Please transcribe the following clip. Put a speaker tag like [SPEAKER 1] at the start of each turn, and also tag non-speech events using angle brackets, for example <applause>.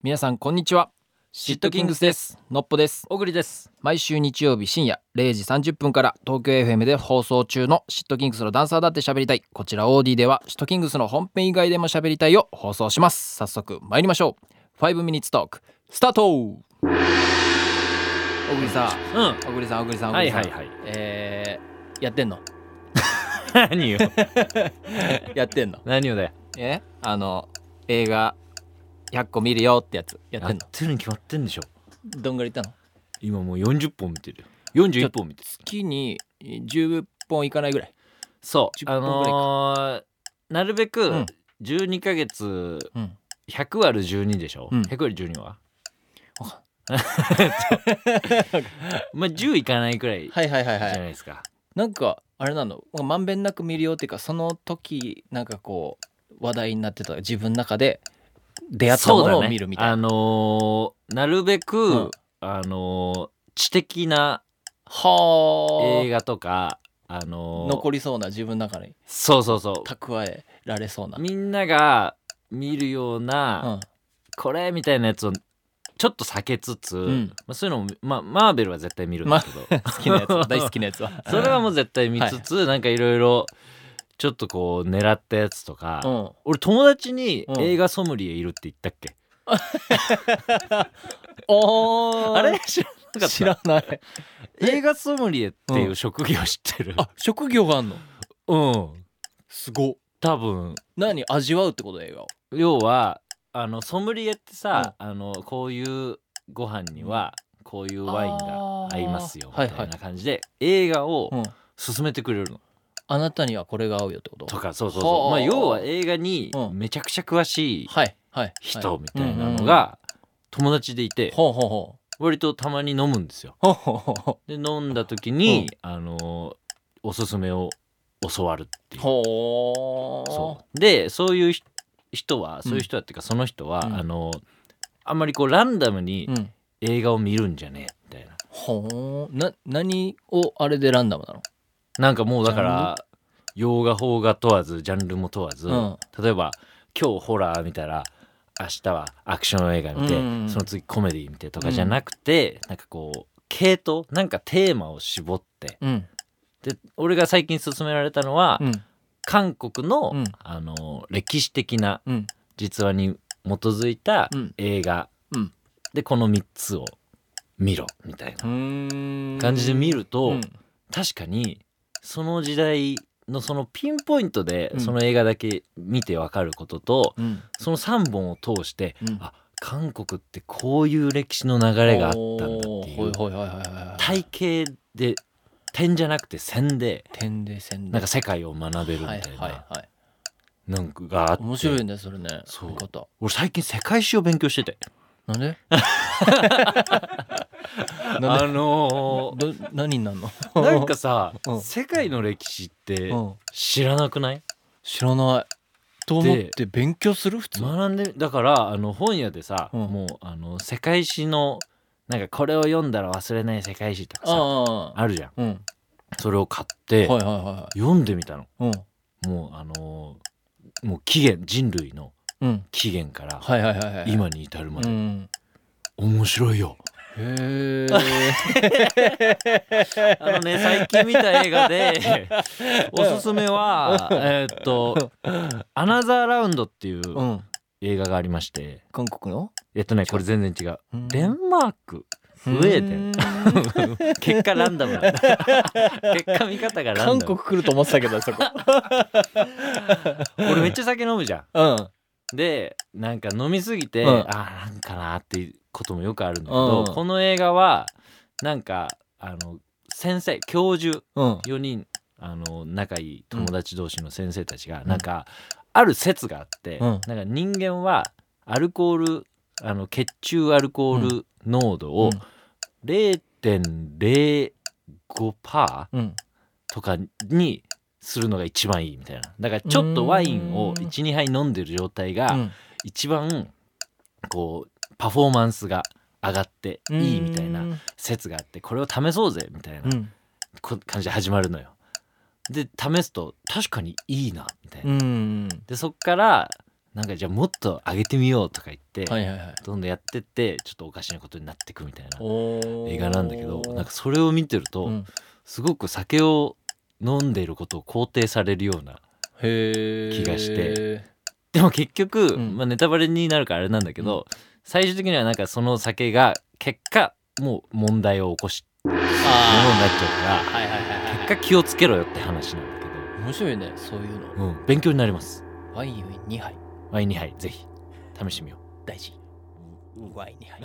[SPEAKER 1] 皆さんこんにちはシットキングスですのっぽです
[SPEAKER 2] 小栗です
[SPEAKER 1] 毎週日曜日深夜0時30分から東京 FM で放送中のシットキングスのダンサーだって喋りたいこちら OD ではシットキングスの本編以外でも喋りたいを放送します早速参りましょう5ミニッツトークスタート小栗さん
[SPEAKER 2] うんは
[SPEAKER 1] 小栗さん小栗さん小栗さん、
[SPEAKER 2] いはいはい
[SPEAKER 1] えー、やってんの
[SPEAKER 2] 何よ
[SPEAKER 1] やってんの
[SPEAKER 2] 何をだよ
[SPEAKER 1] えあの映画100個見るよってやつや
[SPEAKER 2] や
[SPEAKER 1] ってん
[SPEAKER 2] っ
[SPEAKER 1] の
[SPEAKER 2] てるに決まってんでしょ
[SPEAKER 1] どんぐらいいったの
[SPEAKER 2] 今もう40本見てるよ
[SPEAKER 1] ちょ
[SPEAKER 2] 41本見てる
[SPEAKER 1] 月に10本いかないぐらい
[SPEAKER 2] そうあ
[SPEAKER 1] 10本ぐらいか
[SPEAKER 2] のーなるべ
[SPEAKER 1] う
[SPEAKER 2] く
[SPEAKER 1] ん
[SPEAKER 2] 12ヶ月
[SPEAKER 1] うん
[SPEAKER 2] 100割る12でしょ、
[SPEAKER 1] うん
[SPEAKER 2] 100割る12は
[SPEAKER 1] わか
[SPEAKER 2] まあ10いかないくらいじ
[SPEAKER 1] はいはいはい
[SPEAKER 2] ゃ
[SPEAKER 1] は
[SPEAKER 2] ない
[SPEAKER 1] い
[SPEAKER 2] ですか、
[SPEAKER 1] なんかあれなのまんべんなく見るよっていうかその時なんかこう話題になってた自分の中で出会った
[SPEAKER 2] そう
[SPEAKER 1] も
[SPEAKER 2] だ
[SPEAKER 1] の
[SPEAKER 2] ね
[SPEAKER 1] を見るみたいな、
[SPEAKER 2] あのーなるべく、
[SPEAKER 1] うん
[SPEAKER 2] あのー知的な
[SPEAKER 1] は
[SPEAKER 2] 映画とかあのー
[SPEAKER 1] 残りそうな自分の中に
[SPEAKER 2] そうそうそう
[SPEAKER 1] 蓄えられそうな、うん、
[SPEAKER 2] みんなが見るような、
[SPEAKER 1] は
[SPEAKER 2] これみたいなやつをちょっと避けつつ、
[SPEAKER 1] ん
[SPEAKER 2] まあ、そういうのも、まあ、マーベルは絶対見るんだけど、
[SPEAKER 1] 好きなやつ
[SPEAKER 2] <laughs>
[SPEAKER 1] 大好きなやつは
[SPEAKER 2] それはもう絶対見つつ、なんかいろいろちょっとこう狙ったやつとか、
[SPEAKER 1] うん
[SPEAKER 2] 俺友達に
[SPEAKER 1] うん
[SPEAKER 2] 映画ソムリエいるって言ったっけ、
[SPEAKER 1] おー
[SPEAKER 2] あれ知らなかっ
[SPEAKER 1] 知
[SPEAKER 2] た
[SPEAKER 1] らない
[SPEAKER 2] 映画ソムリエっていうう職業知ってる、
[SPEAKER 1] あ職業があんの
[SPEAKER 2] うん
[SPEAKER 1] すごっ
[SPEAKER 2] 多分
[SPEAKER 1] 何味わうってこと映画を
[SPEAKER 2] 要はあのソムリエってさ、あのこういうご飯にはこういうワインが合いますよ
[SPEAKER 1] あー
[SPEAKER 2] みたいな感じで、映画を
[SPEAKER 1] うん
[SPEAKER 2] 勧めてくれるの、
[SPEAKER 1] あなたにはこれが合うよってこと
[SPEAKER 2] とかそうそうそ
[SPEAKER 1] はあ
[SPEAKER 2] う、まあ、要は映画に
[SPEAKER 1] うん
[SPEAKER 2] めちゃくちゃ詳しい
[SPEAKER 1] はいはいは
[SPEAKER 2] 人みたいなのが友達でいて
[SPEAKER 1] ほうほうほ
[SPEAKER 2] 割とたまに飲むんですよ。
[SPEAKER 1] うほうほうほうほう
[SPEAKER 2] で飲んだ時に、あのおすすめを教わるっていう。
[SPEAKER 1] ほー
[SPEAKER 2] そうでそういうひ人はそういう人はっていうかその人は、
[SPEAKER 1] うん
[SPEAKER 2] あのあんまりこうランダムに
[SPEAKER 1] うん、
[SPEAKER 2] 映画を見るんじゃねえみたいな
[SPEAKER 1] ほーな何をあれでランダムなの
[SPEAKER 2] なんかもうだから洋画邦画問わずジャンルも問わず、
[SPEAKER 1] うん
[SPEAKER 2] 例えば今日ホラー見たら明日はアクション映画見て、
[SPEAKER 1] うんうんうん
[SPEAKER 2] その次コメディ見てとかじゃなくて、なんかこう系統なんかテーマを絞って
[SPEAKER 1] うん
[SPEAKER 2] で俺が最近勧められたのは、
[SPEAKER 1] うん
[SPEAKER 2] 韓国の,、
[SPEAKER 1] うん
[SPEAKER 2] あの歴史的な
[SPEAKER 1] うん
[SPEAKER 2] 実話に基づいた
[SPEAKER 1] うん
[SPEAKER 2] 映画、
[SPEAKER 1] うん
[SPEAKER 2] でこの3つを見ろみたい
[SPEAKER 1] う
[SPEAKER 2] な
[SPEAKER 1] ん
[SPEAKER 2] 感じで見ると、
[SPEAKER 1] うん
[SPEAKER 2] 確かにその時代のそのピンポイントで
[SPEAKER 1] うん
[SPEAKER 2] その映画だけ見てわかることと、
[SPEAKER 1] うん
[SPEAKER 2] その3本を通して、
[SPEAKER 1] うん
[SPEAKER 2] あ韓国ってこういう歴史の流れがあったんだっていう
[SPEAKER 1] ほいほいほいほいほい
[SPEAKER 2] 体系で点じゃなくて線で
[SPEAKER 1] 点で線で
[SPEAKER 2] なんか世界を学べるみたいな、
[SPEAKER 1] はいはいはい
[SPEAKER 2] なんかがあって
[SPEAKER 1] 面白いねそれね
[SPEAKER 2] そう
[SPEAKER 1] 見方
[SPEAKER 2] 俺最近世界史を勉強してて
[SPEAKER 1] なんで
[SPEAKER 2] <laughs> あ
[SPEAKER 1] なんで
[SPEAKER 2] の
[SPEAKER 1] ど <laughs> 何になんの
[SPEAKER 2] ーなんかさ、
[SPEAKER 1] うん
[SPEAKER 2] 世界の歴史って
[SPEAKER 1] うん
[SPEAKER 2] 知らなくない
[SPEAKER 1] 知らないと思って勉強する普通
[SPEAKER 2] 学んでだからあの本屋でさ、
[SPEAKER 1] うん
[SPEAKER 2] もうあの世界史のなんかこれを読んだら忘れない世界史とかさあ
[SPEAKER 1] ああ
[SPEAKER 2] るじゃん
[SPEAKER 1] うん
[SPEAKER 2] それを買って、
[SPEAKER 1] はいはいは
[SPEAKER 2] 読んでみたの
[SPEAKER 1] いはい
[SPEAKER 2] もうあのーもう起源人類の
[SPEAKER 1] うんうん
[SPEAKER 2] 起源から
[SPEAKER 1] はいはいはいはい
[SPEAKER 2] 今に至るま
[SPEAKER 1] う
[SPEAKER 2] で、
[SPEAKER 1] ん
[SPEAKER 2] 面白いよ
[SPEAKER 1] へえ
[SPEAKER 2] <laughs> あのね最近見た映画で <laughs> おすすめはえーっと「アナザーラウンド」っていう
[SPEAKER 1] <laughs> うん
[SPEAKER 2] 映画がありまして
[SPEAKER 1] 韓国の
[SPEAKER 2] えっとねこれ全然違う
[SPEAKER 1] うん
[SPEAKER 2] デンマークスウェーデン
[SPEAKER 1] ン
[SPEAKER 2] 結果ランダム
[SPEAKER 1] <laughs>
[SPEAKER 2] なんだ結果見方がラン
[SPEAKER 1] 韓
[SPEAKER 2] ダム
[SPEAKER 1] 国来ると思ってたけど
[SPEAKER 2] <laughs>
[SPEAKER 1] そこ
[SPEAKER 2] 俺めっちゃ酒飲むじゃ
[SPEAKER 1] うん
[SPEAKER 2] んでなんか飲みすぎて、
[SPEAKER 1] うん
[SPEAKER 2] あーなんかなーっていうこともよくあるんだけど、
[SPEAKER 1] うん
[SPEAKER 2] この映画はなんかあの先生教授
[SPEAKER 1] うん
[SPEAKER 2] 4人あの仲いい友達同士の先生たちが、
[SPEAKER 1] ん
[SPEAKER 2] なんかある説があって、
[SPEAKER 1] うん
[SPEAKER 2] なんか人間はアルコールあの血中アルコール濃度を0.05%パー、
[SPEAKER 1] うん
[SPEAKER 2] とかにするのが一番いいみたいなだからちょっとワイン
[SPEAKER 1] う
[SPEAKER 2] を
[SPEAKER 1] ーん
[SPEAKER 2] 12杯飲んでる状態
[SPEAKER 1] う
[SPEAKER 2] が
[SPEAKER 1] ん
[SPEAKER 2] 一番こうパフォーマンスが上がっていいみたいうなん説があってこれを試そうぜみたいな
[SPEAKER 1] うん。
[SPEAKER 2] こ感じで始まるのよ。で試すと確かにいいなみたいうなんでそっからなんかじゃあもっと上げてみようとか言って、
[SPEAKER 1] はいはいはい
[SPEAKER 2] どんどんやってってちょっとおかしなことになってくみたいな
[SPEAKER 1] お
[SPEAKER 2] 映画なんだけどなんかそれを見てると、
[SPEAKER 1] うん
[SPEAKER 2] すごく酒を飲んでいることを肯定されるような
[SPEAKER 1] へえ
[SPEAKER 2] 気がしてでも結局、
[SPEAKER 1] うん
[SPEAKER 2] まあ、ネタバレになるからあれなんだけど、最終的にはなんかその酒が結果もう問題を起こしものになっ
[SPEAKER 1] あ
[SPEAKER 2] ちゃう
[SPEAKER 1] あ
[SPEAKER 2] か
[SPEAKER 1] はいはいはい
[SPEAKER 2] ら
[SPEAKER 1] はい
[SPEAKER 2] 結果気をつけろよって話なんだ
[SPEAKER 1] 面白いねそういうの
[SPEAKER 2] けど、うん、勉強になります
[SPEAKER 1] ワイン2杯
[SPEAKER 2] ワイン2杯ぜひ試してみよう
[SPEAKER 1] 大事ワイン2杯